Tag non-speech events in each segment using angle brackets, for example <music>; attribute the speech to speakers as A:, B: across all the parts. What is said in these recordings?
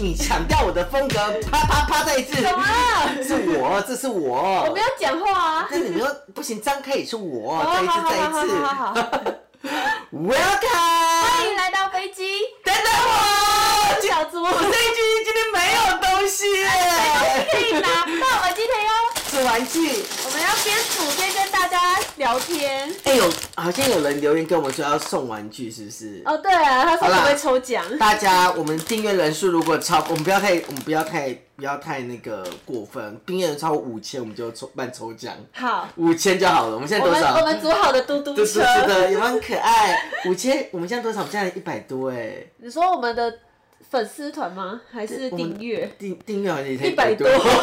A: 你抢掉我的风格，啪啪啪！再一次，
B: 怎么了？
A: 是我，这是
B: 我
A: 我
B: 没。有讲话啊。
A: 但是你说不行，张开也是我，
B: 哦
A: 再一次，
B: 好
A: 再
B: 好
A: 一
B: 好好好好
A: 次。
B: 欢
A: Welcome，
B: 迎来到飞机
A: 等等我，今
B: 小猪，
A: 我这一句今天没有东西耶，
B: 可以拿。那我们今天要，
A: 是玩具。
B: 我们要边煮边跟大家聊天。
A: 哎、有好像有人留言跟我们说要送玩具，是不是？
B: 哦，对啊，他说
A: 好啦
B: 不会抽奖。
A: 大家，我们订阅人数如果超，我们不要太，我们不要太，不要太那个过分。订阅人超过五千，我们就抽办抽奖，
B: 好，
A: 五千就好了。我们现在
B: 我
A: 多
B: 们我
A: 少？
B: 们煮好的嘟嘟
A: 对
B: 车
A: 对。对的，也蛮可爱。 <laughs> 五千，我们现在多少？我们现在一百多哎，
B: 你说我们的粉丝团吗？还是订阅？
A: 订订阅好像也才
B: 一百多，
A: 多。
B: <laughs>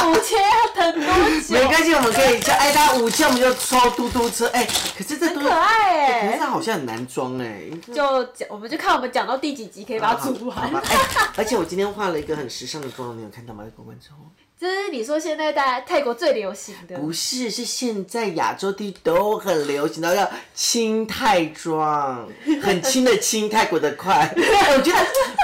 B: 五千要等多久
A: 没？关系，我们可以叫哎，大家五千我们就抽嘟嘟车。哎，可是这嘟
B: 很
A: 嘟，
B: 可爱
A: 可是
B: 哎、
A: 它好像很难装哎。
B: 就讲，我们就看我们讲到第几集可以 <laughs> 把它煮
A: 好
B: 完
A: 吧。哎，而且我今天画了一个很时尚的妆容，你有看到吗？在公关之后。
B: 这是你说现在在泰国最流行的，
A: 不是，是现在亚洲地都很流行到要轻泰妆，很轻的轻，泰国的
B: <laughs>
A: 快。哎我觉得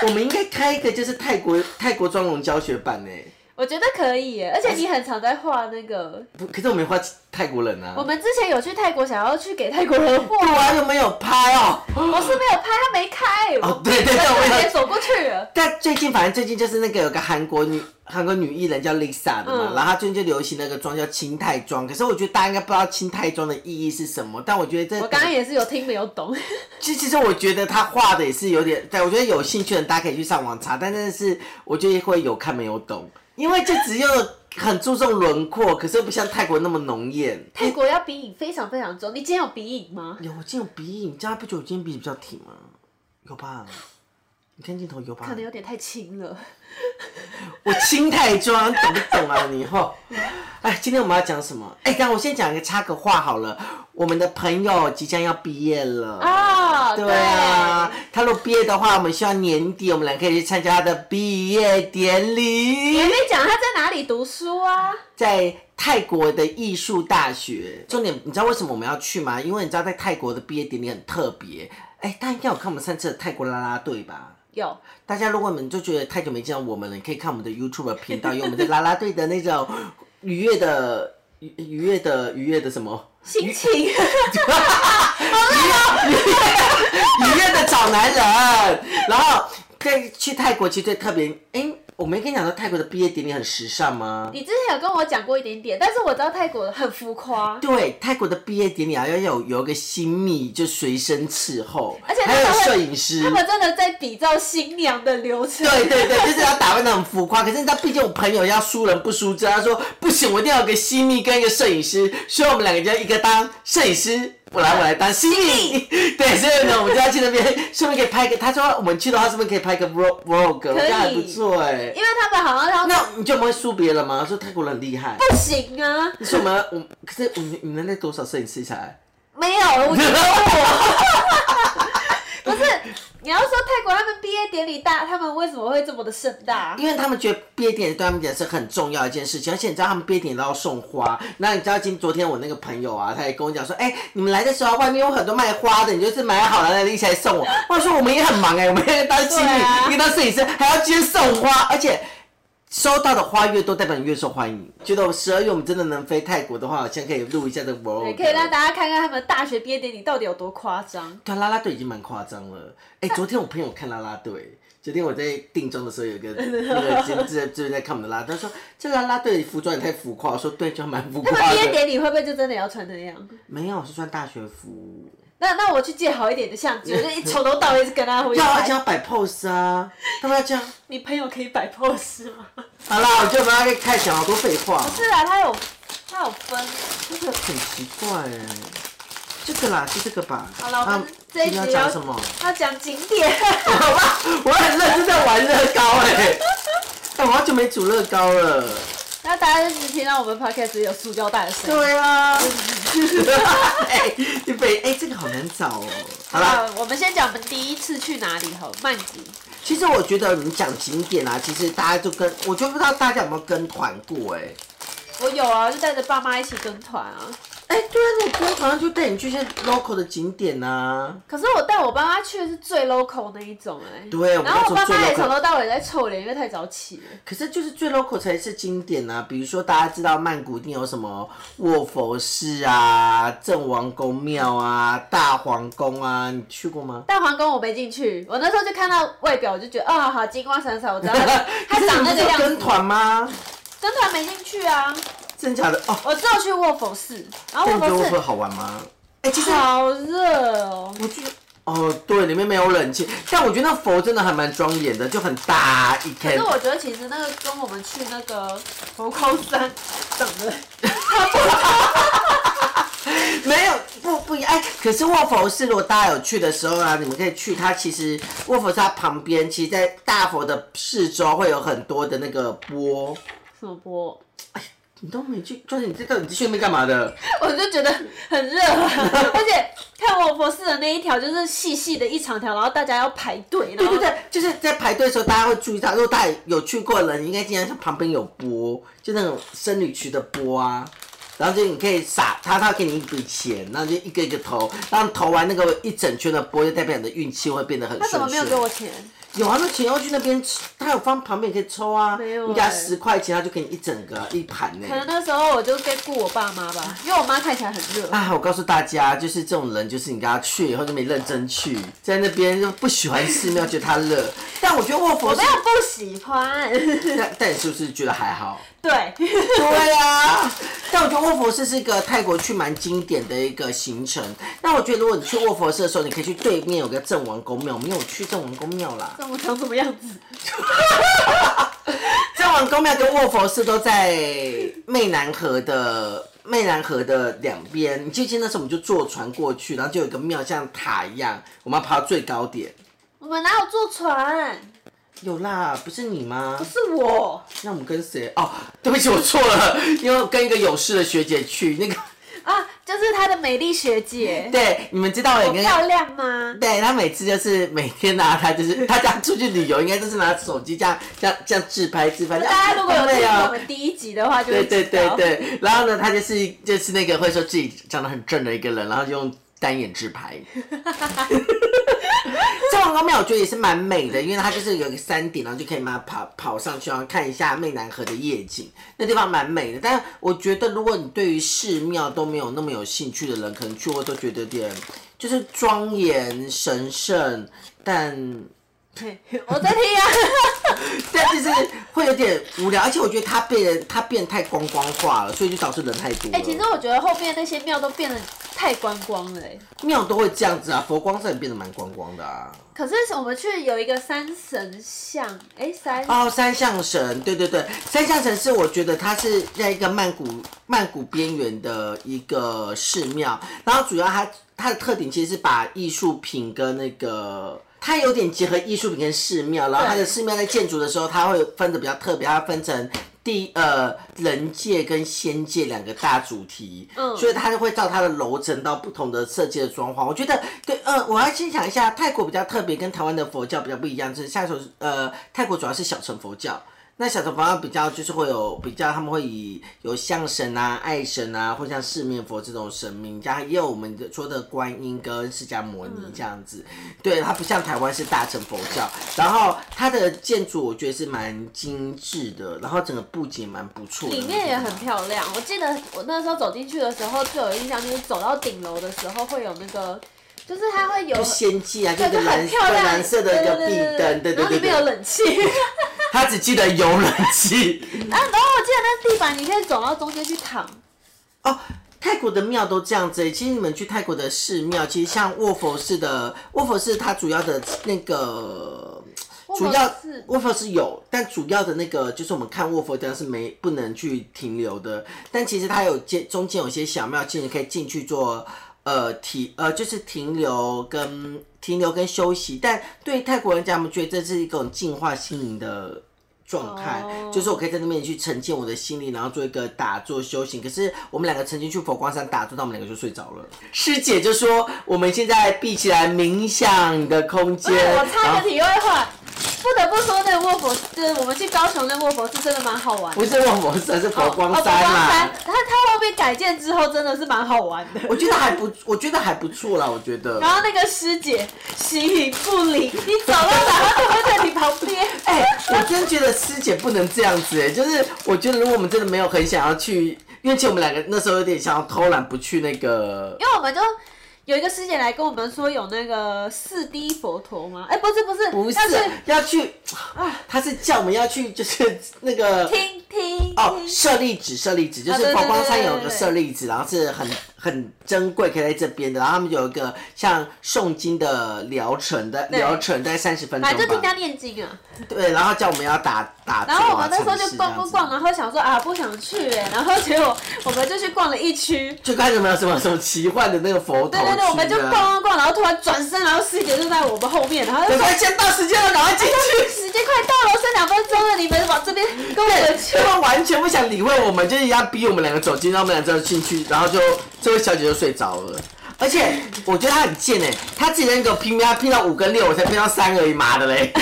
A: 我们应该开一个就是泰国泰国妆容教学欸版呢。
B: 我觉得可以耶，而且你很常在画那个。
A: 不，可是我没画泰国人啊
B: 我。们之前有去泰国，想要去给泰国人
A: 我
B: 画，
A: <laughs> 啊，有没有拍哦？
B: 我是没有拍，他没开，
A: 哦
B: 我，
A: 对对对，我
B: 特
A: 没
B: 别
A: 有。
B: 走过去了。
A: 但最近反正最近就是那个有个韩国女韩国女艺人叫 Lisa 的嘛，
B: 嗯
A: 然后她最近就流行那个妆叫清泰妆，可是我觉得大家应该不知道清泰妆的意义是什么，但我觉得这
B: 我刚刚也是有听没有懂，
A: 其其实我觉得他画的也是有点，对我觉得有兴趣的人大家可以去上网查，但真的是我觉得会有看没有懂，因为就只有很注重轮廓，可是又不像泰国那么浓艳。
B: 泰国要鼻影非常非常重，你今天有鼻影吗？
A: 有我今天有鼻影，这样不觉得我今天鼻子比较挺吗？有吧？你看镜头有吧
B: 可？能有点太轻了。
A: 我轻泰妆，懂不懂啊你？吼，哎，今天我们要讲什么？哎，等一下我先讲一个插个话好了，我们的朋友即将要毕业了
B: 啊
A: 哦对啊，他如果毕业的话，我们希望年底我们俩可以去参加他的毕业典
B: 你还
A: 礼
B: 没，讲他在哪里读书啊？
A: 在泰国的艺术大学。重点，你知道为什么我们要去吗？因为你知道在泰国的毕业典礼很特别。哎，大家应该有看我们上次的泰国啦啦队吧？
B: 有，
A: 大家如果你们就觉得太久没见到我们了，你可以看我们的 YouTube 频 <laughs> 道，有我们的啦啦队的那种愉悦的愉愉悦的愉悦的什么
B: 心情
A: 愉悦的找男人，然后在去泰国其实最特别。哎、我没跟你讲说泰国的毕业典礼很时尚吗？
B: <laughs> 你之前有跟我讲过一点点，但是我知道泰国很浮夸，
A: 对，泰国的毕业典礼啊，要有有一个新密就随身伺候，
B: 而且他
A: 还
B: 们
A: 有
B: 会
A: 摄影师
B: 他。们真的在比照新娘的流程。
A: 对对对，就是要打扮的很浮夸。可是你知道，毕竟我朋友要输人不输阵，他说不行，我一定要有个新密跟一个摄影师，所以我们两个就一个当摄影师，我来我来当新密。 <laughs> 对，所以呢，我们就要去那边，顺便可以拍一个。他说我们去的话，是不是可以拍一个 vlog vlog？我觉得还不错哎、
B: 因为他们好像他们
A: 那你就不会输别人吗？说泰国人很厉害，
B: 不行啊，
A: 你说我们我可是我们你们那多少摄影器材？
B: 没有，我觉得
A: <laughs>
B: 不是。你要说泰国他们毕业典礼大，他们为什么会这么的盛大？
A: 因为他们觉得毕业典礼对他们讲是很重要的一件事情，而且你知道他们毕业典礼都要送花。那你知道今昨天我那个朋友啊，他也跟我讲说，哎、你们来的时候外面有很多卖花的，你就是买好了那一起来送我。我说我们也很忙哎、我们也当经
B: 对啊
A: 理，一个当摄影师，还要接送花，而且。收到的花越多，代表你越受欢迎。觉得我十二月我们真的能飞泰国的话，好像可以录一下这个 vlog，
B: 对，可以让大家看看他们大学毕业典礼到底有多夸张。
A: 对，啦啦队已经蛮夸张了。哎、昨天我朋友看啦啦队， <laughs> 昨天我在定妆的时候，
B: <laughs>
A: 有一个那个监制就是在看我们的啦啦队，他说这啦啦队服装也太浮夸。我说对，就蛮浮
B: 他们
A: 夸
B: 毕业
A: 的。
B: 典礼会不会就真的要穿那样？
A: <laughs> 没有，我是穿大学服，
B: 那那我去借好一点的相机，我就一从头到尾一直跟他挥
A: 要而且
B: 拍。
A: 要摆 pose 啊，干嘛要这样？
B: 你朋友可以摆 pose 吗？
A: 好啦，我就不要开讲好多废话，
B: 不是啊，他有他有分。
A: 这个很奇怪哎、这个啦，是这个吧？
B: 好了，我
A: 啊
B: 们这一
A: 今天
B: 集
A: 要讲什么？ <laughs>
B: 要讲景点，
A: 好吧，我很认真在玩乐高哎、
B: <laughs>
A: 哎、我好久没煮乐高了。
B: 那大家就是听到我们 podcast 有塑胶袋的声音。
A: 对 <laughs> 啊，哎，你北哎，这个好难找哦。好啦，
B: 那我们先讲我们第一次去哪里好，曼谷。
A: 其实我觉得你讲景点啊，其实大家就跟我就不知道大家有没有跟团过哎、
B: 我有啊，就带着爸妈一起跟团啊。
A: 哎，对啊，你跟团好像就带你去一些 local 的景点啊。
B: 可是我带我爸妈去的是最 local 那一种哎、
A: 对我
B: 然后我
A: 们那时候
B: 爸
A: 最
B: 妈也
A: local
B: 从头到尾在臭脸，因为太早起了。
A: 可是就是最 local 才是经典啊，比如说大家知道曼谷一定有什么卧佛寺啊、郑王公庙啊、大皇宫啊，你去过吗？
B: 但皇宫我没进去，我那时候就看到外表，我就觉得哦，好金光闪闪，我知道
A: <laughs>
B: 他
A: 可
B: 他
A: 是你不
B: 长那
A: 是
B: 个
A: 有
B: 样
A: 跟
B: 子。
A: 团吗？
B: 真的没进去啊，
A: 真假的哦？
B: 我只有去卧佛寺，然后
A: 那
B: 卧
A: 你觉得
B: 佛
A: 卧佛
B: 寺
A: 好玩吗？哎、其实
B: 好热哦。
A: 我觉得。哦，对，里面没有冷气，但我觉得那佛真的还蛮庄严的，就很大一
B: 可
A: 天
B: 是。我觉得其实那个跟我们去那个佛光山长得 <laughs> 差不多。
A: 没有不不一样哎，可是卧佛寺如果大家有去的时候啊，你们可以去它。其实卧佛寺它旁边，其实，在大佛的四周会有很多的那个波。
B: 什么波？
A: 你都没去，就是你这到底去那边干嘛的？
B: 我就觉得很热、 <laughs> 啊，而且看我佛寺的那一条就是细细的一长条，然后大家要排队，然
A: 对
B: 后
A: 对对，就是在排队的时候，大家会注意到，如果大家有去过的人，应该经常看旁边有波，就那种僧侣区的波啊。然后就你可以撒他，他给你一笔钱，然后就一个一个投，然后投完那个一整圈的波，就代表你的运气会变得很
B: 他
A: 顺顺。
B: 怎么没有给我钱？
A: 有啊，那钱要去那边吃，他有放旁边也可以抽啊。
B: 没有
A: 你给他
B: 欸
A: 十块钱，他就给你一整个一盘呢、
B: 可能那时候我就在顾我爸妈吧，因为我妈看起来很热。
A: 啊，我告诉大家，就是这种人，就是你跟他去以后就没认真去，在那边就不喜欢寺庙，觉得他热。但我觉得卧佛
B: 我
A: 寺
B: 没，有不喜欢， <laughs>
A: 但但你是不是觉得还好？
B: 对，
A: 对啊， <laughs> 但我觉得卧佛寺是一个泰国去蛮经典的一个行程。那我觉得如果你去卧佛寺的时候，你可以去对面有个郑王公庙，我没有去郑王公庙啦。
B: 怎么长什么样子？
A: 郑王公庙跟卧佛寺都在湄南河的湄南河的两边。你记不记得那时候我们就坐船过去，然后就有一个庙像塔一样，我们要爬到最高点。
B: 我们哪有坐船？
A: 有啦，不是你吗
B: 不？是我，
A: 那我们跟谁？哦，对不起，我错了，因为我跟一个有事的学姐去那个。
B: 啊，就是她的美丽学姐，
A: 对，你们知道我
B: 我
A: 跟
B: 漂亮吗？
A: 对他每次就是每天拿他就是他这样出去旅游，应该就是拿手机这样这样这样自拍自拍。
B: 大家如果有
A: 对
B: 听
A: 啊
B: 我们第一集的话，就
A: 对
B: 会
A: 对对
B: 知道，
A: 对，然后呢，他就是就是那个会说自己长得很正的一个人，然后就用单眼自 <laughs> 拍。这王公庙我觉得也是蛮美的，因为它就是有一个山顶，然后就可以嘛跑跑上去，然后看一下湄南河的夜景，那地方蛮美的。但我觉得如果你对于寺庙都没有那么有兴趣的人，可能去过都觉得有点就是庄严神圣，但
B: 嘿我在听
A: <laughs>
B: 啊，<laughs>
A: 但就是会有点无聊，而且我觉得它被人它变太观光化了，所以就导致人太多了。
B: 哎，其实我觉得后面那些庙都变得太观光了，哎
A: 庙都会这样子啊，佛光山也变得蛮观光的啊。
B: 可是我们去有一个三神像，哎，三
A: 哦，三象神，对对对，三象神是我觉得它是在一个曼谷曼谷边缘的一个寺庙，然后主要它它的特点其实是把艺术品跟那个。它有点结合艺术品跟寺庙，然后它的
B: 对
A: 寺庙在建筑的时候，它会分的比较特别，它分成地呃人界跟仙界两个大主题，
B: 嗯
A: 所以它就会照它的楼层到不同的设计的装潢。我觉得对，呃，我要先讲一下泰国比较特别，跟台湾的佛教比较不一样，就是下手呃泰国主要是小乘佛教。那小乘佛教比较就是会有比较，他们会以有象神啊、爱神啊，或像四面佛这种神明，加也有我们说的观音跟释迦摩尼这样子。对，它不像台湾是大乘佛教，然后它的建筑我觉得是蛮精致的，然后整个布景也蛮不错的，
B: 里面也很漂亮。我记得我那时候走进去的时候，最有印象就是走到顶楼的时候会有那个，就是它会有
A: 就。仙界啊，就
B: 对，
A: 是
B: 就
A: 蓝
B: 很
A: 色
B: 漂亮，
A: 蓝色的一
B: 对
A: 个
B: 对
A: 壁
B: 对
A: 灯，对对
B: 然后
A: 对
B: 里面有
A: 对，
B: 冷气，
A: 他只记得有冷气。
B: 然啊后然后我记得那地板你可以走到中间去躺，
A: 哦，泰国的庙都这样子欸。其实你们去泰国的寺庙，其实像卧佛寺的卧佛寺，它主要的那个
B: 卧
A: 主
B: 佛
A: 要
B: 寺
A: 卧佛寺有，但主要的那个就是我们看卧佛这样是没不能去停留的。但其实它有间中间有些小庙，其实你可以进去做呃停呃就是停留跟停留跟休息。但对于泰国人家，我们觉得这是一种净化心灵的。状态
B: 哦
A: 就是我可以在那边去沉浸我的心灵，然后做一个打坐修行。可是我们两个曾经去佛光山打坐，但我们两个就睡着了。师姐就说我们现在闭起来冥想的空间，啊
B: 哎我
A: 然
B: 插
A: 后
B: 个题外话，不得不说，那个卧佛，就是我们去高雄那卧佛是真的蛮好玩的。
A: 不是望佛山，是佛光山
B: 哦佛光
A: 嘛
B: 山。它它后面改建之后真的是蛮好玩的。
A: 我觉得还不，我觉得还不错啦，我觉得
B: 然。后那个师姐形影不离，你走到哪她都会在你旁边。
A: 哎、我真觉得师姐不能这样子、哎，就是我觉得如果我们真的没有很想要去，因为其实我们两个那时候有点想要偷懒不去那个，
B: 因为我们就有一个师姐来跟我们说有那个四 D 佛陀吗？哎、不是不是，
A: 不是
B: 要去
A: 要去，
B: 啊，
A: 他是叫我们要去，就是那个
B: 听听
A: 哦，
B: 听
A: 舍利子，舍利子就
B: 啊对
A: 是
B: 对
A: 佛光山有
B: 对
A: 个
B: 对对
A: 舍利子，然后是很很珍贵，可以在这边的。然后他们有一个像诵经的疗程的
B: 对
A: 疗程，大概三十分
B: 反正就
A: 钟
B: 听
A: 吧。
B: 他念经啊。
A: 对，然后叫我们要打打坐啊。
B: 然后我们那时候
A: 城
B: 就
A: 市
B: 逛
A: 这样
B: 逛
A: 子
B: 逛，，然后想说啊不想去哎、然后结果我们就去逛了一区。
A: 就看有没有什么什么奇幻的那个佛头
B: 对对对，我们就
A: 去啊
B: 逛。逛逛，然后突然转身，然后师姐就在我们后面，然后就
A: 等
B: 说
A: 快先到时间了，赶快进去。
B: <laughs> 时间快到了，剩两分钟了，你们往这边跟我们去
A: 他。们完全不想理会我们，就是要逼我们两个走进，让我们俩走进去，然后就这位小姐就睡着了。而且我觉得她很贱哎、她自己那个拼拼拼到五跟六，我才拼到三而已，妈的
B: <laughs>
A: 嘞！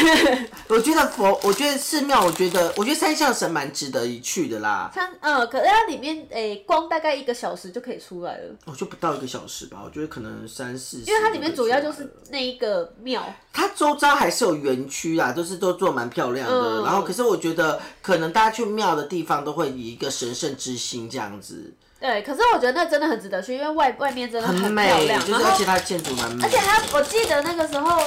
A: 我觉得佛，我觉得寺庙，我觉得我觉得三相神蛮值得一去的啦。
B: 它嗯，可是它里面诶、光大概一个小时就可以出来了，
A: 我就不到一个小时吧，我觉得可能三四十。
B: 因为它里面主要就是那一个庙，
A: 它周遭还是有园区啦，就是都做蛮漂亮的。
B: 嗯
A: 然后，可是我觉得可能大家去庙的地方都会以一个神圣之心这样子，
B: 对。可是我觉得那真的很值得去，因为外外面真的
A: 很
B: 漂
A: 美，
B: 亮，
A: 就是
B: 然
A: 而
B: 后
A: 且它建筑蛮美
B: 而且。它我记得那个时候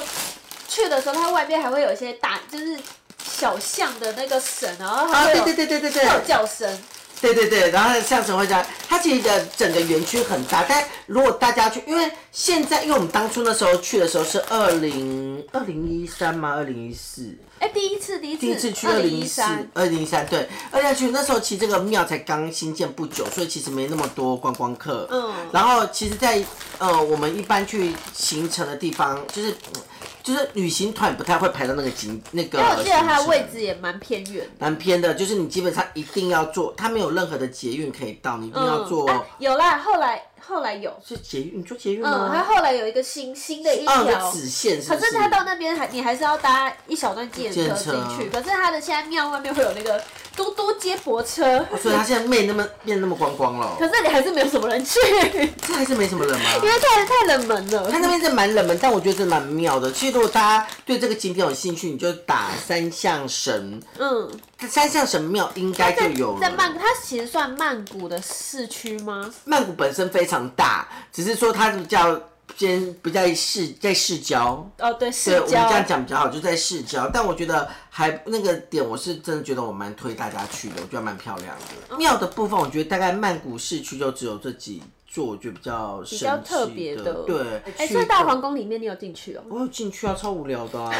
B: 去的时候，它外面还会有一些大就是小象的那个神，然后
A: 啊，
B: 还会
A: 对
B: 有
A: 对对对对对
B: 叫叫声，
A: 对对对，然后像神会家，它其实的整个园区很大，但如果大家去，因为现在因为我们当初那时候去的时候是二零二零一三吗？二零一四，
B: 哎、第一次第一次
A: 第一次去二
B: 二
A: 零
B: 零
A: 一
B: 一
A: 四
B: 三，、
A: 二零一三，对，二零一四那时候其实这个庙才刚新建不久，所以其实没那么多观光客。
B: 嗯
A: 然后其实在，呃我们一般去行程的地方，就是嗯就是旅行团不太会排到那个景那个
B: 因为我记得它的
A: 行程
B: 位置也蛮偏远。
A: 蛮偏的，就是你基本上一定要坐，它没有任何的捷运可以到，你一定要坐、
B: 啊、有啦，后来后来有，
A: 是捷运，你坐捷运
B: 嗯，它
A: 吗？
B: 后来有一个新新嗯的一
A: 哦，
B: 条，
A: 有子线是
B: 可
A: 不是？
B: 是它到那边还你还是要搭一小段计程车啊
A: 计程车
B: 进去，可是它的现在庙外面会有那个嘟嘟接驳车，
A: 所以它现在没那么变那么观光了，
B: 可是你还是没有什么人 <laughs> 去，因
A: 这还是没什么人吗？
B: 为太太冷门了。
A: 它那边真的蛮冷门，但我觉得真的蛮妙的。其实如果大家对这个景点有兴趣，你就打三相神，
B: 嗯，
A: 三相神庙应该就
B: 在
A: 有了。
B: 在曼谷，它其实算曼谷的市区吗？
A: 曼谷本身非常大，只是说它比较偏不在市在市郊。
B: 哦，对，市
A: 对，我们这
B: 郊。
A: 样讲比较好，就在市郊。但我觉得还那个点，我是真的觉得我蛮推大家去的，我觉得蛮漂亮的。
B: 哦
A: 庙的部分，我觉得大概曼谷市区就只有这几座，我觉得比较比
B: 比较特别
A: 的
B: 的，。
A: 对，
B: 哎，
A: 去
B: 所以大
A: 的
B: 皇宫里面你有进去哦？
A: 我有进去啊，超无聊的啊。 <laughs>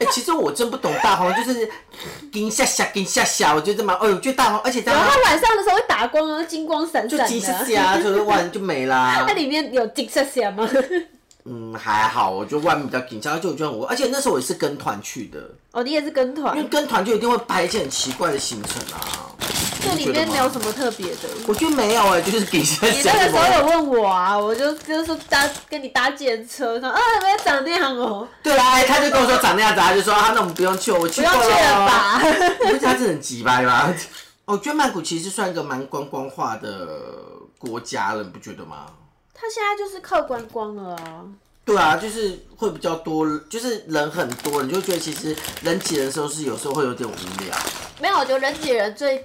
A: 哎、其实我真不懂大黄，就是嗯跟下下跟下下，我觉得蛮，哦，我觉得大黄，而且大
B: 然后
A: 黄
B: 它晚上的时候会打光啊，金光闪
A: 就
B: 闪的啊。
A: 金啊下下，就是万就没啦
B: 它。里面有金色虾吗？ <laughs>
A: 嗯，还好，我觉得外面比较紧张，而且我觉得很无，而且那时候我也是跟团去的，
B: 哦，你也是跟团
A: 因为，跟团就一定会排一些很奇怪的行程啊。
B: 就里面没有什么特别的。
A: 我觉得没有哎、就是给下
B: 你
A: 下
B: 那
A: 什
B: 个时候
A: 么。
B: 有问我啊，我就就是说搭跟你搭建车，说啊有没有长那样哦，
A: 对啦，哎他就跟我说长那样子，他就说啊，那我们不用去，我
B: 不
A: 去
B: 要
A: 过
B: 去了吧？ <laughs>
A: 我觉得他真的很急掰 <laughs> 吧？我觉得哦曼谷其实算一个蛮观光化的国家了，你不觉得吗？
B: 他现在就是靠观光了啊，
A: 对啊，就是会比较多，就是人很多，你就觉得其实人挤人的时候是有时候会有点无聊
B: 没有，我觉得人挤人最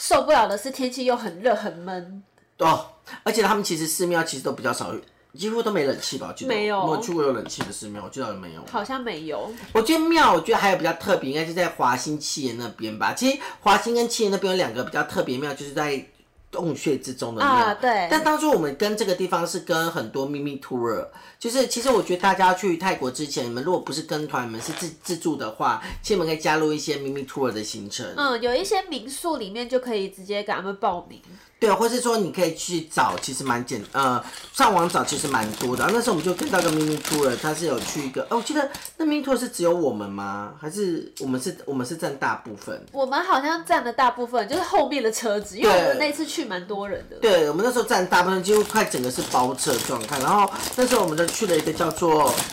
B: 受不了的是天气又很热很闷，
A: 哦。而且他们其实寺庙其实都比较少，几乎都没冷气吧？我记得
B: 没有
A: 我去过有冷气的寺庙，我记得没有。
B: 好像没有。
A: 我觉得庙，我觉得还有比较特别，应该是在华兴七岩那边吧。其实华兴跟七岩那边有两个比较特别庙，就是在洞穴之中的庙。
B: 啊对
A: 但当初我们跟这个地方是跟很多秘密 tour，就是其实我觉得大家去泰国之前，你们如果不是跟团，你们是自自助的话，其实你们可以加入一些秘密 tour 的行程。
B: 嗯，有一些民宿里面就可以直接给他们报名。
A: 对，啊或是说你可以去找，其实蛮简，呃，上网找其实蛮多的。然后啊那时候我们就跟到一个秘密 tour，他是有去一个，哦，我记得那秘密 tour 是只有我们吗？还是我们是我们是占大部分？
B: 我们好像占了大部分，就是后面的车子，因为我们那次去蛮多人的。
A: 对，我们那时候占大部分，几乎快整个是包车状态。然后那时候我们就去了一个叫做 <clears throat>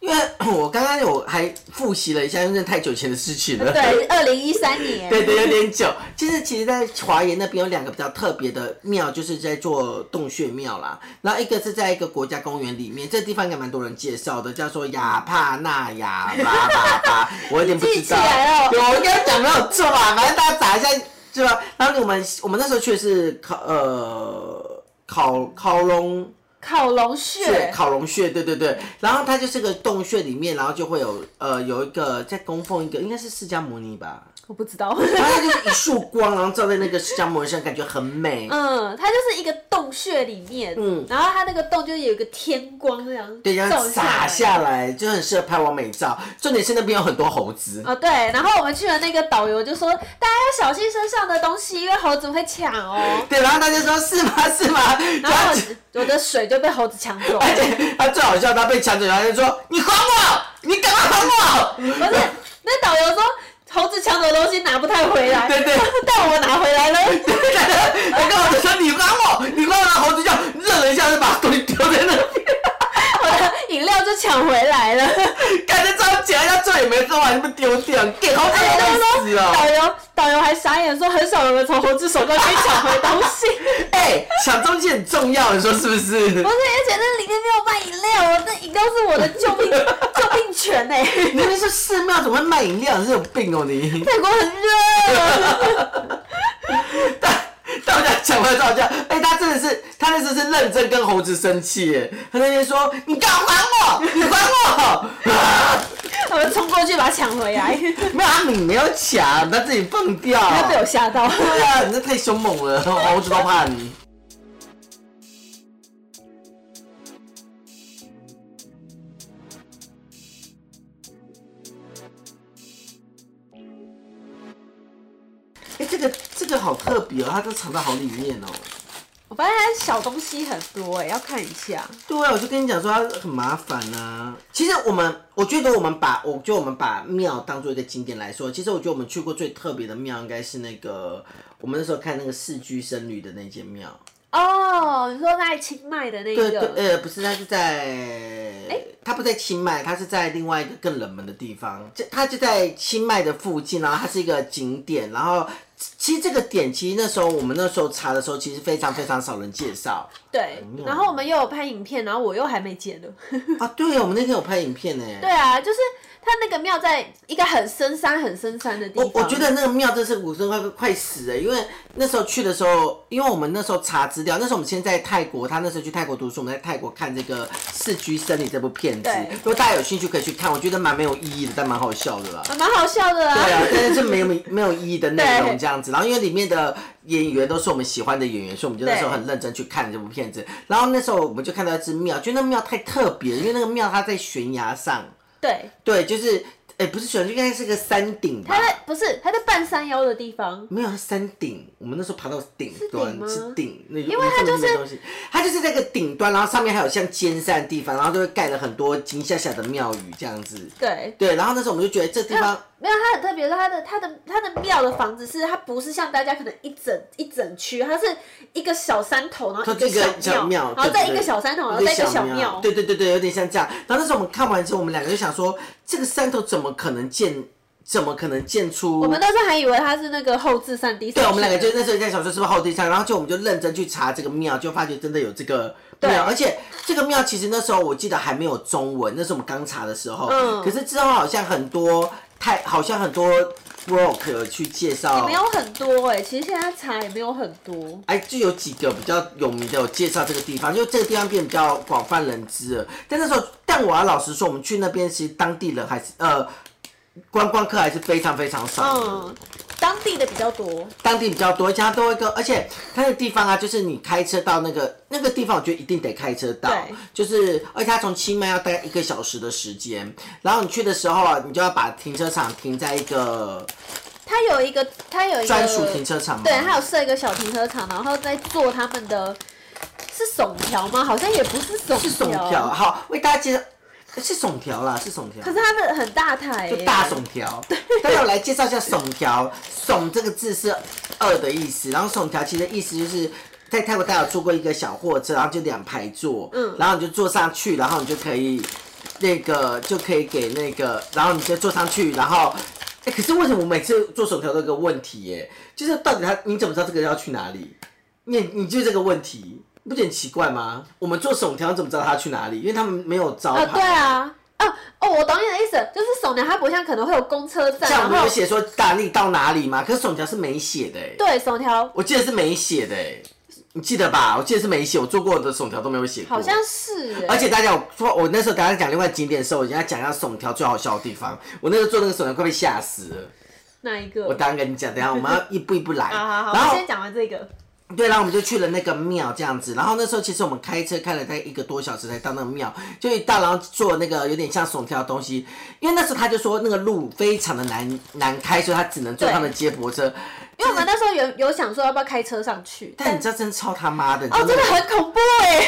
A: 因为我刚刚有还复习了一下，因为真的太久以前的事情了。
B: 对，二零一三年，
A: 对对，有点久。就是其实，在华岩那边有两个比较特别的庙，就是在做洞穴庙啦。然后一个是在一个国家公园里面，这地方应该蛮多人介绍的，叫做雅帕纳雅巴巴巴，我有点不知
B: 记起
A: 道
B: 来了。
A: 有我应该讲没有错吧？反正大家打一下，对吧？然后我们我们那时候去的是烤呃烤烤龙。
B: 烤龙
A: 穴
B: 穴，
A: 烤龙穴，对对对，然后它就是个洞穴里面，然后就会有呃有一个在供奉一个，应该是释迦摩尼
B: <laughs>
A: 吧，
B: 我不知道。
A: 然后它就是一束光，然后照在那个释迦摩尼上，感觉很美。
B: 嗯，它就是一个洞穴里面，
A: 嗯
B: 然后它那个洞就有一个天光这样，
A: 对，然后
B: 照
A: 洒
B: 来。
A: 下来就很适合拍完美照。重点是那边有很多猴子，
B: 哦，对，然后我们去了那个导游就说，大家要小心身上的东西，因为猴子会
A: <laughs>
B: 抢哦。
A: 对，然后他就说是吗是吗？
B: 然
A: 然
B: 后
A: 后
B: 我我的水就被猴子抢
A: <laughs>
B: 走了，
A: 而且他最好笑，他被抢走，然后他就说你还我，你赶快还我。
B: 不是，那导游说猴子抢走的东西拿不太回来，
A: <laughs> 对对
B: <laughs> 但我拿回来了。 <laughs>
A: 他跟猴子说你还我，你还我，然后猴子就热了一下，就把东西丢在那边。
B: 我的饮料就抢回来了。
A: 感觉超起来，他最后啊也没喝完，就被丢掉，给猴子
B: 而且他
A: 累死
B: 说
A: 了。
B: 导游导游还傻眼说，很少有人从猴子手上可以抢回东西。
A: <laughs> 哎，抢东西很重要，你说是不是
B: 不？是，而且那里面没有卖饮料，那饮料是我的救命救命泉哎、
A: 你那边是寺庙，怎么会卖饮料？你是有病哦你！
B: 泰国很热，
A: 大大家讲完吵架，哎、他真的是，他那次是认真跟猴子生气，耶，他那边说你敢还我，你还我！啊、
B: 我们冲过去把它抢回来，
A: 没有，他你没有抢，他自己放掉。
B: 他被我吓到。
A: 对啊，你这太凶猛了，猴子都怕你。哎，这个这个好特别哦，它都藏到好里面哦。
B: 我发现它小东西很多哎、要看一下。
A: 对啊，我就跟你讲说它很麻烦啊。其实我们，我觉得我们把，我觉得我们把庙当做一个景点来说，其实我觉得我们去过最特别的庙应该是那个我们那时候看那个世居僧侣的那间庙。
B: 哦，你说在清迈的那
A: 对
B: 个，
A: 对，呃，不是，它是在，
B: 诶
A: 它不在清迈，它是在另外一个更冷门的地方。这它就在清迈的附近，然后它是一个景点，然后其实这个点，其实那时候我们那时候查的时候，其实非常非常少人介绍
B: 对
A: 妙
B: 然后我们又有拍影片，然后我又还没剪呢。
A: 啊。对哦，我们那天有拍影片呢。
B: 对啊，就是它那个庙在一个很深山、很深山的地
A: 我
B: 方。
A: 我觉得那个庙真是古生快快死了，欸因为那时候去的时候，因为我们那时候查资料，那时候我们先在泰国，他那时候去泰国读书，我们在泰国看这个《四居森林》这部片子
B: 对，
A: 如果大家有兴趣可以去看，我觉得蛮没有意义的，但蛮好笑的啦。
B: 啊蛮好笑的
A: 对
B: 啊。
A: 啊，但是这没有没有意义的内容
B: 对
A: 这样子。然后因为里面的演员都是我们喜欢的演员，所以我们就那时候很认真去看这部片子。然后那时候我们就看到一只庙，觉得那庙太特别，因为那个庙它在悬崖上，
B: 对，
A: 对，就是哎不是悬崖，就应该是个山顶吧
B: 它。在不是它在半山腰的地方。
A: 没有，它山顶，我们那时候爬到顶端
B: 顶吗
A: 是顶，那
B: 因为它就是
A: 东西，它就是在一个顶端，然后上面还有像尖山的地方，然后就会盖了很多金下下的庙宇这样子。
B: 对，
A: 对，然后那时候我们就觉得这地方
B: 没有，它很特别，是它的它的它的庙的房子是它不是像大家可能一整一整区，它是一个小山头，然后
A: 它
B: 一个
A: 这个
B: 小
A: 小庙，
B: 然后
A: 对
B: 再
A: 对
B: 一个小山头，然后
A: 一
B: 再
A: 个
B: 一个
A: 小
B: 小庙。
A: 对对对对，有点像这样。然后那时候我们看完之后，我们两个就想说，这个山头怎么可能建，怎么可能建出？
B: 我们那时候还以为它是那个后置三 D。
A: 对，我们两个就那时候在想说是不是后地上，然后就我们就认真去查这个庙，就发觉真的有这个
B: 对
A: 庙，而且这个庙其实那时候我记得还没有中文，那是我们刚查的时候。
B: 嗯
A: 可是之后好像很多太，好像很多 blog 有去介
B: 也
A: 绍
B: 没。有很多哎、其实现在查也没有很多。
A: 哎，就有几个比较有名的有介绍这个地方，就这个地方变比较广泛人知了。但那时候，但我要老实说，我们去那边其实当地人还是呃，观光客还是非常非常少的。
B: 嗯，当地的比较多。
A: 当地比较多，加多一个，而且它的地方啊，就是你开车到那个那个地方，我觉得一定得开车到
B: 对，
A: 就是而且它从清迈要大概一个小时的时间，然后你去的时候啊，你就要把停车场停在一个
B: 它有一个，它有一个
A: 专属停车场嘛，
B: 对，它有设一个小停车场，然后再做他们的是耸条吗？好像也不是耸
A: 是耸条，好为大家介绍，是耸条啦，是耸条
B: 可。是它的很大台、
A: 就
B: 欸，
A: 大耸条，待会我来介绍一下耸条。耸这个字是二的意思，然后耸条其实意思就是在泰国大家有坐过一个小货车，然后就两排坐，
B: 嗯
A: 然后你就坐上去，然后你就可以那个就可以给那个，然后你就坐上去，然后，哎，可是为什么我每次做手条都有个问题耶？就是到底他你怎么知道这个要去哪里？你你就这个问题，你不觉得很奇怪吗？我们做手条怎么知道他去哪里？因为他们没有招牌。
B: 啊，对啊，哦哦，我懂你的意思，就是手娘它不像可能会有公车站，
A: 像我
B: 然
A: 们
B: 后
A: 有写说大力到哪里嘛，可是手条是没写的哎。
B: 对手条
A: 我记得是没写的、欸，你记得吧？我记得是没写，我做过的耸条都没有写过。
B: 好像是欸，
A: 而且大家我说，我那时候刚刚讲另外景点的时候，我人家讲一下耸条最好笑的地方。我那时候做那个耸条快被吓死了。
B: 哪一
A: 我
B: 个？
A: 当然跟你讲，等一下我们要一步一步来。
B: <laughs> 好好
A: 然
B: 好，我
A: 后
B: 先讲完这个。
A: 对，然后我们就去了那个庙这样子。然后那时候其实我们开车开了大概一个多小时才到那个庙，就一到然后做那个有点像耸条的东西，因为那时候他就说那个路非常的难难开，所以他只能坐他们接驳车。
B: 因为我们那时候有有想说要不要开车上去，
A: 但你知道真的超他妈的，你知
B: 哦，
A: 道那
B: 真
A: 个
B: 的很恐怖 <laughs> 哎！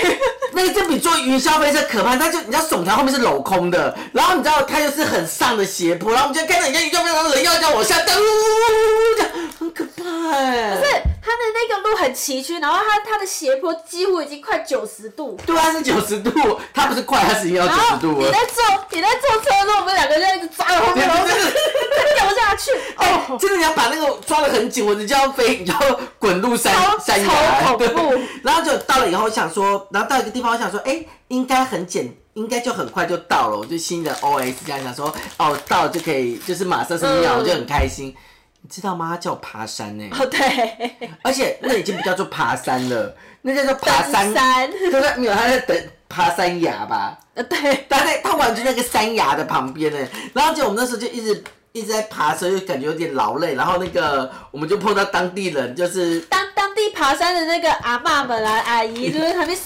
A: 那个就比坐云霄飞车可怕，它就你知道耸条后面是镂空的，然后你知道它又是很上的斜坡，然后我们就看到人家云霄飞车人要要往下掉，呜呜呜这样很可怕哎、
B: 不是它的那个路很崎岖，然后它它的斜坡几乎已经快九十度，
A: 对啊，是九十度，它不是快，它是已经要
B: 然
A: 九
B: 后
A: 十度
B: 你
A: 了。
B: 在坐你在坐车的时候，我们两个就一直抓着后面，然
A: <laughs>
B: 后就掉下去，哦，
A: 真的，你要把那哎个抓得很紧，我直接要飞，然后滚入山
B: 超
A: 山崖，
B: 超恐怖
A: 对。然后就到了以后，我想说，然后到一个地方，我想说，哎、应该很简，应该就很快就到了。我就新的 OS 这样想说，哦，到了就可以，就是马上是秒，
B: 嗯
A: 我就很开心。你知道吗？他叫我爬山呢、
B: 哦对， <laughs>
A: 而且那已经不叫做爬山了，那叫做爬山
B: 登，
A: <laughs>
B: 山，
A: 对不对？没有，他在等爬山崖吧？
B: 呃对，
A: 他在他完全在一个山崖的旁边呢，欸然后就我们那时候就一直一直在爬的时候，就感觉有点劳累，然后那个我们就碰到当地人，就是
B: 当当地爬山的那个阿嬷们啊阿姨，就是旁边叔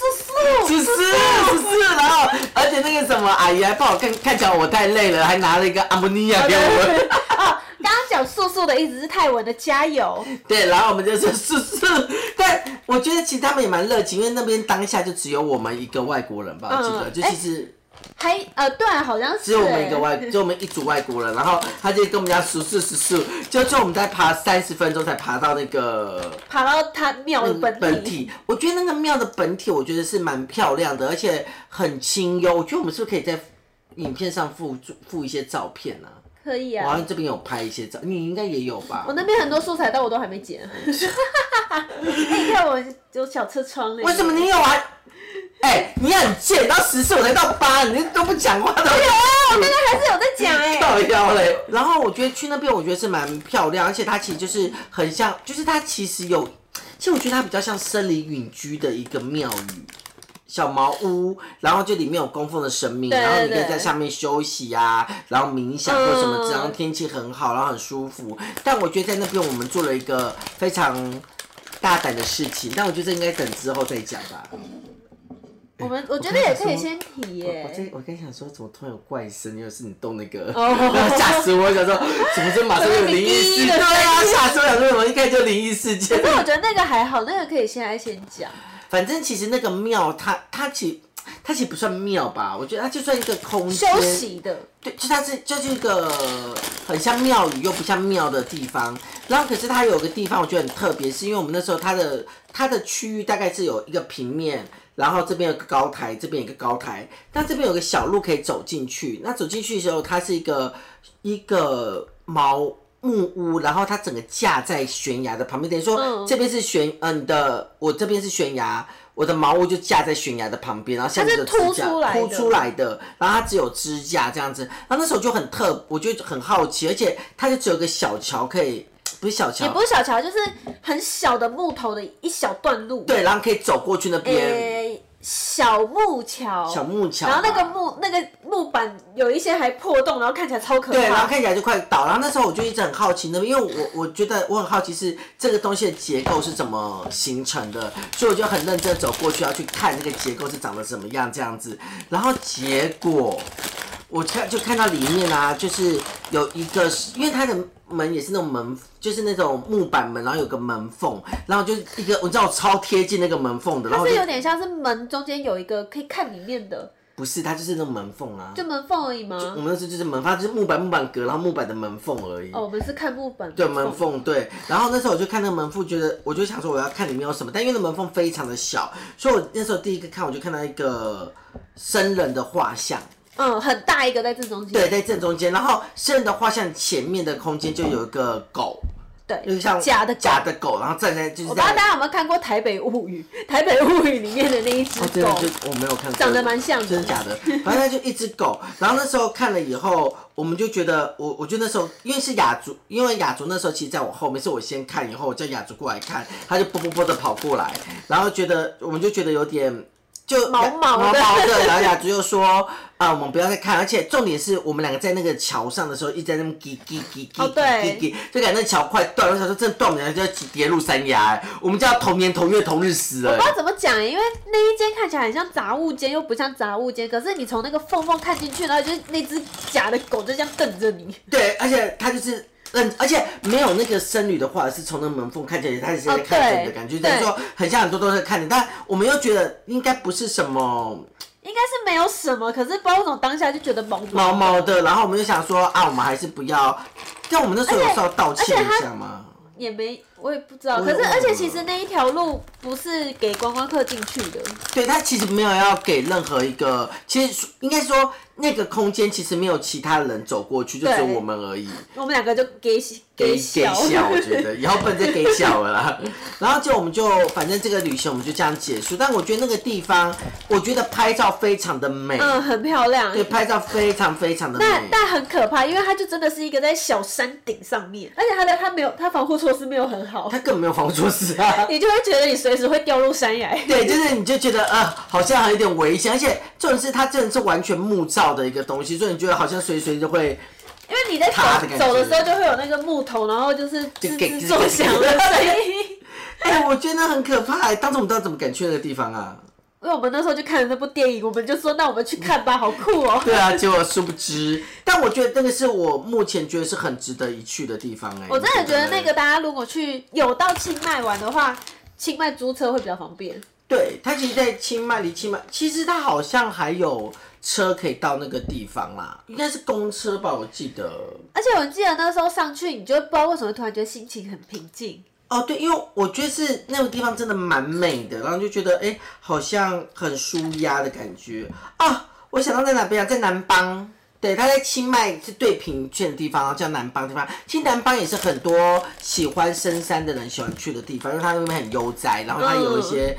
B: 叔，
A: 是是是，然后而且那个什么哎阿姨还帮我看看起来我太累了，还拿了一个阿莫尼亚给
B: <laughs>
A: 我，
B: 哦，刚刚讲叔叔的意思是泰文的加油，
A: 对，然后我们就是是是，但我觉得其实他们也蛮热情，因为那边当下就只有我们一个外国人吧，我记得
B: 嗯
A: 就其实。
B: 还呃对，好像是
A: 只有我们一个
B: 欸
A: 外，只有我们一组外国人，然后他就跟我们讲数数数数，就就我们在爬三十分钟才爬到那个
B: 爬到他庙的呃本体，
A: 本体，我觉得那个庙的本体，我觉得是蛮漂亮的，而且很清幽。我觉得我们是不是可以在影片上附附一些照片啊？
B: 可以
A: 我好
B: 啊。
A: 像这边有拍一些照，你应该也有吧
B: 我？那边很多素材，但我都还没
A: <laughs>
B: 剪。哎、你看我有小车窗嘞。
A: 为什么你有啊？哎、你很贱，到十四我才到八，你都不讲话的。有
B: 我刚刚还是有在讲
A: <laughs>
B: 哎、
A: 到腰嘞。然后我觉得去那边，我觉得是蛮漂亮，而且它其实就是很像，就是它其实有，其实我觉得它比较像森林隐居的一个庙宇。小茅屋，然后就里面有供奉的神明，
B: 对
A: 然后你可
B: 对
A: 以在下面休息啊，然后冥想或者什么，
B: 嗯
A: 然后天气很好，然后很舒服。但我觉得在那边我们做了一个非常大胆的事情，但我觉得这应该等之后再讲吧。
B: 我们我觉得也可以先提耶、
A: 我这我跟你想说，怎么突然有怪声？又是你动那个，
B: 哦
A: <laughs> 然后吓死我！我想说，怎么这马上有灵异事？
B: 这是你第一
A: 对
B: 个
A: 啊，吓死我！想说怎么一开始就灵异事件 <laughs>
B: 可？是我觉得那个还好，那个可以现在先讲。
A: 反正其实那个庙，它它其它其实不算庙吧？我觉得它就算一个空间
B: 休，息的，
A: 对，就它是就是一个很像庙宇又不像庙的地方。然后可是它有个地方我觉得很特别，是因为我们那时候它的它的区域大概是有一个平面。然后这边有个高台，这边有个高台，但这边有个小路可以走进去。那走进去的时候，它是一个一个茅木屋，然后它整个架在悬崖的旁边，等于说
B: 嗯
A: 这边是悬，嗯、你的我这边是悬崖，我的茅屋就架在悬崖的旁边，然后下面
B: 它
A: 就是支架
B: 凸出来的
A: 凸出来的，然后它只有支架这样子。然后那时候就很特，我就很好奇，而且它就只有个小桥可以，不是小桥，
B: 也不是小桥，就是很小的木头的一小段路。，
A: 对，然后可以走过去那边、
B: 诶、呃小木桥。
A: 小木桥吧，啊
B: 然后那个木那个木板有一些还破洞，然后看起来超可怕。
A: 对，然后看起来就快倒。然后那时候我就一直很好奇那边，因为我我觉得我很好奇是这个东西的结构是怎么形成的，所以我就很认真地走过去要去看那个结构是长得怎么样这样子。然后结果我看就看到里面啊，就是有一个是，因为它的门也是那种门，就是那种木板门，然后有个门缝，然后就是一个我知道我超贴近那个门缝的，然
B: 它
A: 后我
B: 是
A: 就
B: 有点像是门中间有一个可以看里面的，
A: 不是它就是那种门缝啊，
B: 就门缝而已吗？
A: 我们那时候就是嗯门，它就是木板木板隔，然后木板的门缝而已。
B: 哦，我们是看木板。
A: 对门。缝对，然后那时候我就看那个门缝，觉得我就想说我要看里面有什么，但因为那门缝非常的小，所以我那时候第一个看我就看到一个僧人的画像，
B: 嗯，很大一个在正中间。
A: 对，在正中间。然后剩的画像前面的空间就有一个狗，
B: 对，
A: 就是像
B: 假的狗
A: 假的狗，然后站在就是
B: 我
A: 这
B: 不知道
A: 样。
B: 大家有没有看过《台北物语》？《台北物语》里面的那一只
A: 哦，真
B: 狗，
A: 的就我没有看过，
B: 长得蛮像的
A: 真的假的？反正它就一只狗。然后那时候看了以后，我们就觉得，我我觉得那时候因为是雅竹，因为雅竹那时候其实在我后面，是我先看，以后我叫雅竹过来看，他就啵啵啵的跑过来，然后觉得我们就觉得有点。就
B: 毛毛的
A: 毛毛的，然后雅竹就说：“啊、我们不要再看，而且重点是我们两个在那个桥上的时候，一直在那边叽叽叽叽
B: 哦对
A: 叽叽，就感觉那桥快断了。我想说，真的断不了，就要跌入山崖、哎我们就要同年同月同日死了。
B: 我不知道怎么讲欸，因为那一间看起来很像杂物间，又不像杂物间。可是你从那个缝缝看进去，然后就是那只假的狗就这样瞪着你。
A: 对，而且他就是。嗯，而且没有那个僧侣的话，是从那门缝看起来，他也是在
B: 哦
A: 看着你的
B: 对
A: 感觉，
B: 对
A: 等于说很像很多都在看你，但我们又觉得应该不是什么
B: 应该是没有什么，可是不知道为什么当下就觉得毛
A: 毛毛的，然后我们就想说啊，我们还是不要。但我们那时候有
B: 而且
A: 稍微道歉
B: 而且他
A: 一下嘛，
B: 也没，我也不知道。
A: 我
B: 可
A: 也
B: 是
A: 忘了
B: 而且其实那一条路不是给观光客进去的，
A: 对他其实没有要给任何一个，其实应该说那个空间其实没有其他人走过去，就只有
B: 对
A: 我们而已。
B: 我们两个就给
A: 给
B: 小。 <laughs>
A: 笑，我觉得以后不能再给笑了啦。 <laughs> 然后就我们就反正这个旅行我们就这样结束，但我觉得那个地方，我觉得拍照非常的美，
B: 嗯，很漂亮。
A: 对，嗯拍照非常非常的美。
B: 但但很可怕，因为它就真的是一个在小山顶上面，而且它的它没有它防护措施没有很好
A: 他，根本没有防护措施啊。
B: 你就会觉得你随时会掉入山崖。
A: <laughs> 对，就是你就觉得呃，好像还有点危险，而且重点是它真的是完全木造的一个东西，所以你觉得好像随随就
B: <laughs>
A: 会
B: 因为你在走
A: 塌的感觉
B: 走的时候就会有那个木头，然后就是
A: 就
B: 吱
A: 给
B: 吱作响的声音。 <laughs>
A: 哎、我觉得很可怕、哎当时我们到底怎么敢去那个地方啊？
B: 因为我们那时候就看了那部电影，我们就说那我们去看吧，好酷哦、
A: 对啊，结果殊不知，但我觉得那个是我目前觉得是很值得一去的地方哎、
B: 我真的
A: 你
B: 觉得那
A: 嘞
B: 个大家如果去有到清迈玩的话，清迈租车会比较方便。
A: 对，它其实，在清迈离清迈，其实它好像还有车可以到那个地方啦，应该是公车吧，我记得。
B: 而且我记得那时候上去，你就不知道为什么突然觉得心情很平静。
A: 哦，对，因为我觉得是那个地方真的蛮美的，然后就觉得哎、诶好像很舒压的感觉啊。我想到在哪边啊，在南邦。对，它在清迈是最贫穷的地方，然后叫南邦地方。其实南邦也是很多喜欢深山的人喜欢去的地方，因为它那边很悠哉，然后它有一些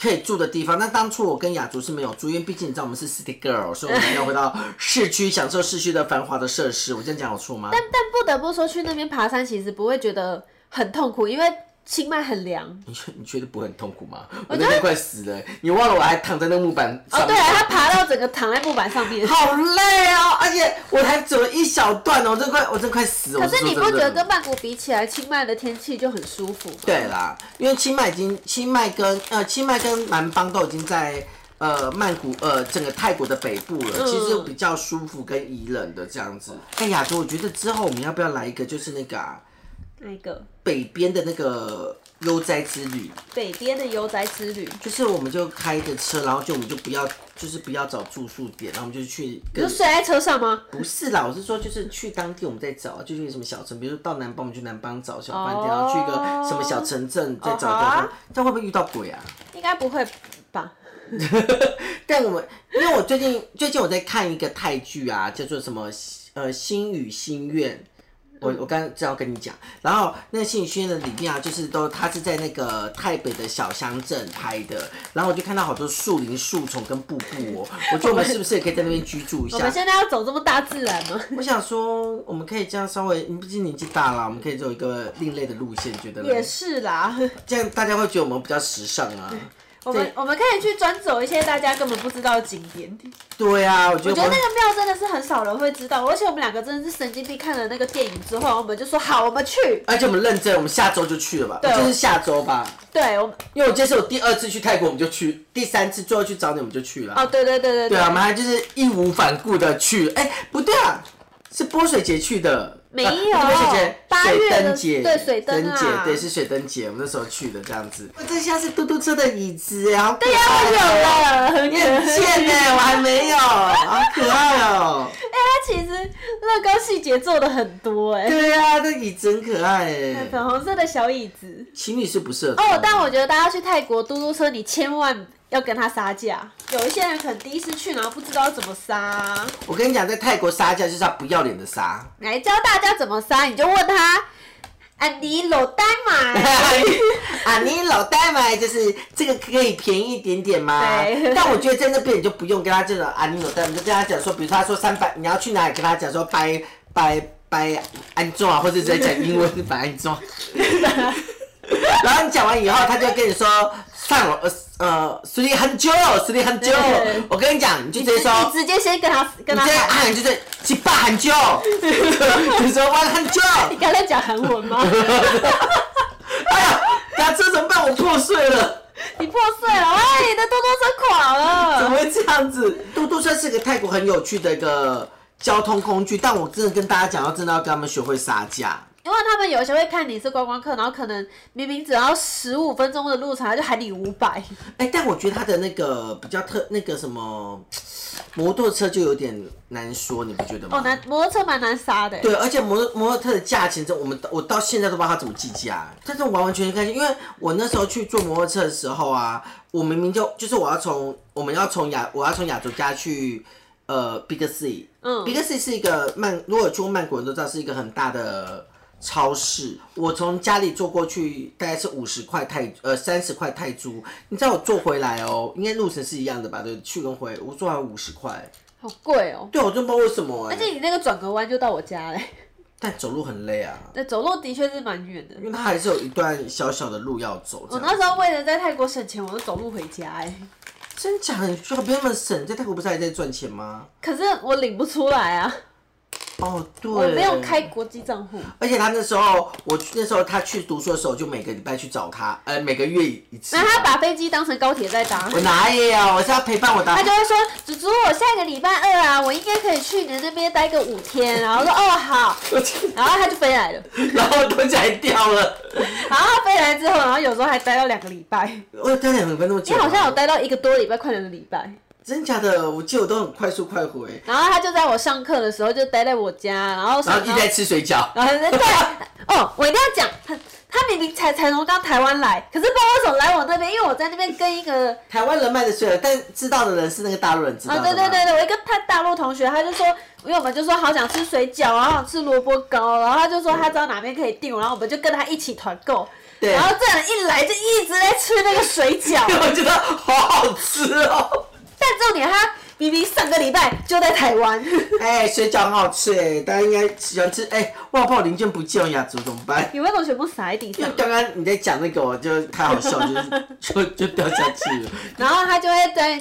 A: 可以住的地方。那当初我跟雅竹是没有住，因为毕竟你知道我们是 city girl，所以我们要回到市区享受市区的繁华的设施。我这样讲有错吗？
B: 但但不得不说，去那边爬山其实不会觉得很痛苦，因为清迈很凉。
A: 你确你确定不会很痛苦吗？
B: 我
A: 我
B: 觉得
A: 那天快死了，欸你忘了我还躺在那个木板上
B: 哦，
A: 面
B: 对啊，他爬到整个躺在木板上
A: <laughs>
B: 面。
A: 好累哦，而且我才走了一小段哦，我真快我真快死了。
B: 可
A: 我
B: 是
A: 说
B: 你不
A: 真
B: 觉
A: 的
B: 得跟曼谷比起来，清迈的天气就很舒服吗？
A: 对啦，因为清迈已经清迈跟呃清迈跟南邦都已经在。呃，曼谷呃，整个泰国的北部了，
B: 嗯
A: 其实比较舒服跟宜人的这样子。哎、雅卓，我觉得之后我们要不要来一个就是那个、啊、
B: 那个
A: 北边的那个悠哉之旅？
B: 北边的悠哉之旅，
A: 就是我们就开着车，然后就我们就不要，就是不要找住宿点，然后我们就去一
B: 你
A: 个
B: 就睡在车上吗？
A: 不是啦，我是说就是去当地我们再找，啊就去什么小城，比如说到南邦我们去南邦找小饭店，然后去一个什么小城镇再找
B: 哦好
A: 地
B: 啊
A: 方，这样会不会遇到鬼啊？
B: 应该不会吧？
A: 但我们因为我最近最近我在看一个泰剧啊，叫做什么呃《心与心愿》。
B: 嗯
A: 我我刚刚正要跟你讲，然后那个《心与心愿》的里面啊，就是都它是在那个台北的小乡镇拍的，然后我就看到好多树林、树丛跟瀑
B: <laughs>
A: 布哦，我觉得我们是不是也可以在那边居住一
B: 我
A: 下
B: 们？现在要走这么大自然吗？ <laughs>
A: 我想说，我们可以这样稍微，毕竟年纪大了，我们可以走一个另类的路线，觉得嘞
B: 也是啦，
A: 这样大家会觉得我们比较时尚啊。
B: 嗯我们我们可以去专走一些大家根本不知道的景点。
A: 对啊，我觉得
B: 我觉
A: 我们
B: 得那个庙真的是很少人会知道，而且我们两个真的是神经病，看了那个电影之后，我们就说好，我们去。
A: 而且我们认真，我们下周就去了吧？
B: 对
A: 就是下周吧，
B: 对，我们
A: 因为我这是我第二次去泰国，我们就去；第三次最后去找你，我们就去了。
B: 哦，对对对对
A: 对
B: 对，
A: 啊，我们还就是义无反顾的去。哎、不对啊，是泼水节去的。
B: 没有
A: 啊不是泼水节，
B: 八
A: 水
B: 月的
A: 灯节，
B: 对水灯
A: 灯
B: 啊
A: 节，对，是水灯节，我们那时候去的这样子。我这下是嘟嘟车的椅子，然后对
B: 对呀，我有了，
A: 你很贱呢、我还没有，好可爱哦、
B: <laughs> 它其实乐高细节做的很多哎、
A: 对啊，这椅子很可爱哎、
B: 粉红色的小椅子。
A: 情侣是不适合
B: 哦
A: 坐，
B: 但我觉得大家去泰国嘟嘟车，你千万要跟他杀价。有一些人可能第一次去，然后不知道怎么杀。
A: 我跟你讲，在泰国杀价就是要不要脸的杀。
B: 来教大家怎么杀，你就问他，啊，你裸单嘛？
A: <laughs> 啊，你老戴嘛，就是这个可以便宜一点点嘛
B: 对。
A: 但我觉得在那边你就不用跟他这种啊，你老戴，你就跟他讲说，比如说他说三百，你要去哪里跟他讲说拜拜拜安装啊，或者在讲英文拜安装。然后你讲完以后，他就跟你说上了呃呃，three hundred three hundred
B: 对。
A: 我跟你讲，你就直接说。
B: 你直接先跟他跟
A: 你
B: 他
A: 这样
B: 喊，
A: 喊就是七八喊叫， <laughs> 你说万喊叫，
B: 你刚才讲韩文吗？
A: 哎呀，打车怎么办？我破碎了，
B: 你破碎了，喂，你的多多车垮
A: 怎
B: 了。
A: 么会这样子？ <laughs> 嘟嘟车是个泰国很有趣的一个交通工具，但我真的跟大家讲，要真的要跟他们学会杀价。
B: 因为他们有些会看你是观光客，然后可能明明只要十五分钟的路程，他就喊你五百。
A: 哎、但我觉得他的那个比较特那个什么摩托车就有点难说，你不觉得吗？
B: 哦，难，摩托车蛮难杀的。
A: 对，而且摩托摩托车的价钱，这我们我到现在都不知道它怎么计价，但是我完完全全看见，因为我那时候去坐摩托车的时候啊，我明明就就是我要从我们要从亚我要从亚洲家去呃 Big C，
B: 嗯
A: ，Big C 是一个曼，如果有去过曼谷人都知道是一个很大的。超市，我从家里坐过去大概是五十块泰，呃三十块泰铢。你知道我坐回来哦，应该路程是一样的吧？对，去跟回，我坐完五十块。
B: 好贵哦。
A: 对，我真不知道为什么哎、
B: 而且你那个转个弯就到我家嘞，
A: 但走路很累啊。
B: 对，走路的确是蛮远的。
A: 因为它还是有一段小小的路要走。这
B: 我
A: 样
B: 那时候为了在泰国省钱，我就走路回家哎、
A: 真假很需要比他们省，在泰国不是还在赚钱吗？
B: 可是我领不出来啊，
A: 哦，对，
B: 我没有开。国际账户。
A: 而且他那时候，我去那时候他去读书的时候，就每个礼拜去找他，呃，每个月一次。
B: 那他把飞机当成高铁在搭，
A: 我哪有？我是要陪伴我的。
B: <laughs> 他就会说：“祖祖，我下个礼拜二啊，我应该可以去你那边待个五天。”然后说：“哦，好。
A: 我就”
B: 然后他就飞来了， <laughs>
A: 然后东西还掉了。
B: 然后他飞来之后，然后有时候还待到两个礼拜，
A: 我待两分钟久
B: 因为
A: 啊。
B: 好像有待到一个多礼拜，快两个礼拜。
A: 真假的，我记得我都很快速快回，
B: 然后他就在我上课的时候就待在我家，然后
A: 然
B: 上
A: 后一直在吃水饺。
B: 然后对，
A: <laughs>
B: 哦，我一定要讲，他他明明才才从刚台湾来，可是不知道为什么来我那边，因为我在那边跟一个
A: 台湾人卖的水饺，但知道的人是那个大陆人知道
B: 啊，
A: 的。
B: 对对对。对，我一个他大陆同学，他就说，因为我们就说好想吃水饺啊，好想吃萝卜糕，然后他就说他知道哪边可以订，然后我们就跟他一起团购，
A: 对
B: 然后这人一来就一直在吃那个水饺，
A: <laughs> 我觉得好好吃哦。
B: 但重点他明明上个礼拜就在台湾， <laughs>
A: <laughs> 哎、水饺很好吃哎，大家应该喜欢吃。哎、哇，怕我零件不见，我雅竹怎么办？ <laughs>
B: 有没有同学不撒在地
A: 因
B: 上
A: 为？刚刚你在讲那个，我就太好笑，就是 <laughs> 就就掉下去了。
B: 然后他就会在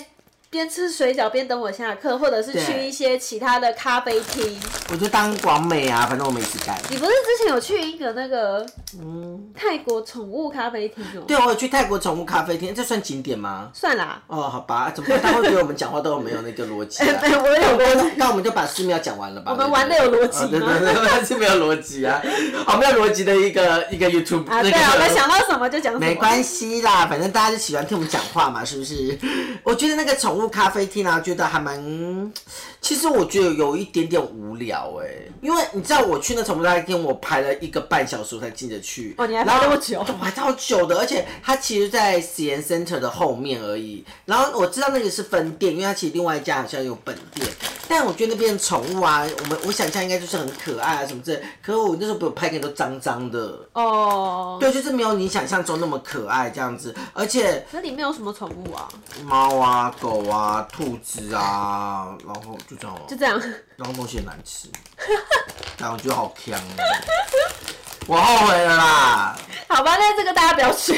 B: 边吃水饺边等我下课，或者是去
A: 对
B: 一些其他的咖啡厅。
A: 我就当广美啊，反正我没事干。
B: 你不是之前有去一个那个
A: 嗯，
B: 泰国宠物咖啡厅哦？
A: 对，我有去泰国宠物咖啡厅，这算景点吗？
B: 算啦，
A: 哦，好吧，怎么办？他会觉得我们讲话都没有那个逻
B: <laughs>
A: 辑、啊。
B: 我有
A: 那那我们就把寺庙讲完了吧。
B: 我们玩得有逻辑吗啊
A: 哦对对对， <laughs> 但是没有逻辑啊，好没有逻辑的一个一个 YouTube 那
B: 啊，对
A: 个
B: 啊，我们想到什么就讲什么。
A: 没关系啦，反正大家就喜欢听我们讲话嘛，是不
B: <laughs>
A: 是？我觉得那个宠物咖啡厅啊，觉得还蛮……其实我觉得有一点点无聊哎、因为你知道我去那宠物咖啡厅，我排了一个半小时我才进得去。
B: 哦你还
A: 然后
B: 排那么久
A: 我排超久的，而且它其实，在 c n Center 的后面而已。然后我知道那个是分店，因为它其实另外一家好像有本店。但我觉得那边的宠物啊，我们我想象应该就是很可爱啊什么之类的。可是我那时候被我拍给都脏脏的。
B: 哦，
A: 对，就是没有你想象中那么可爱这样子，而且
B: 那里面有什么宠物啊？
A: 猫啊、狗啊、兔子啊，然后就这样哦，
B: 就这样， <laughs>
A: 然后东西也难吃， <laughs> 但我觉得好香哦，我后悔了啦。 <laughs>
B: 好吧，那这个大家不要学。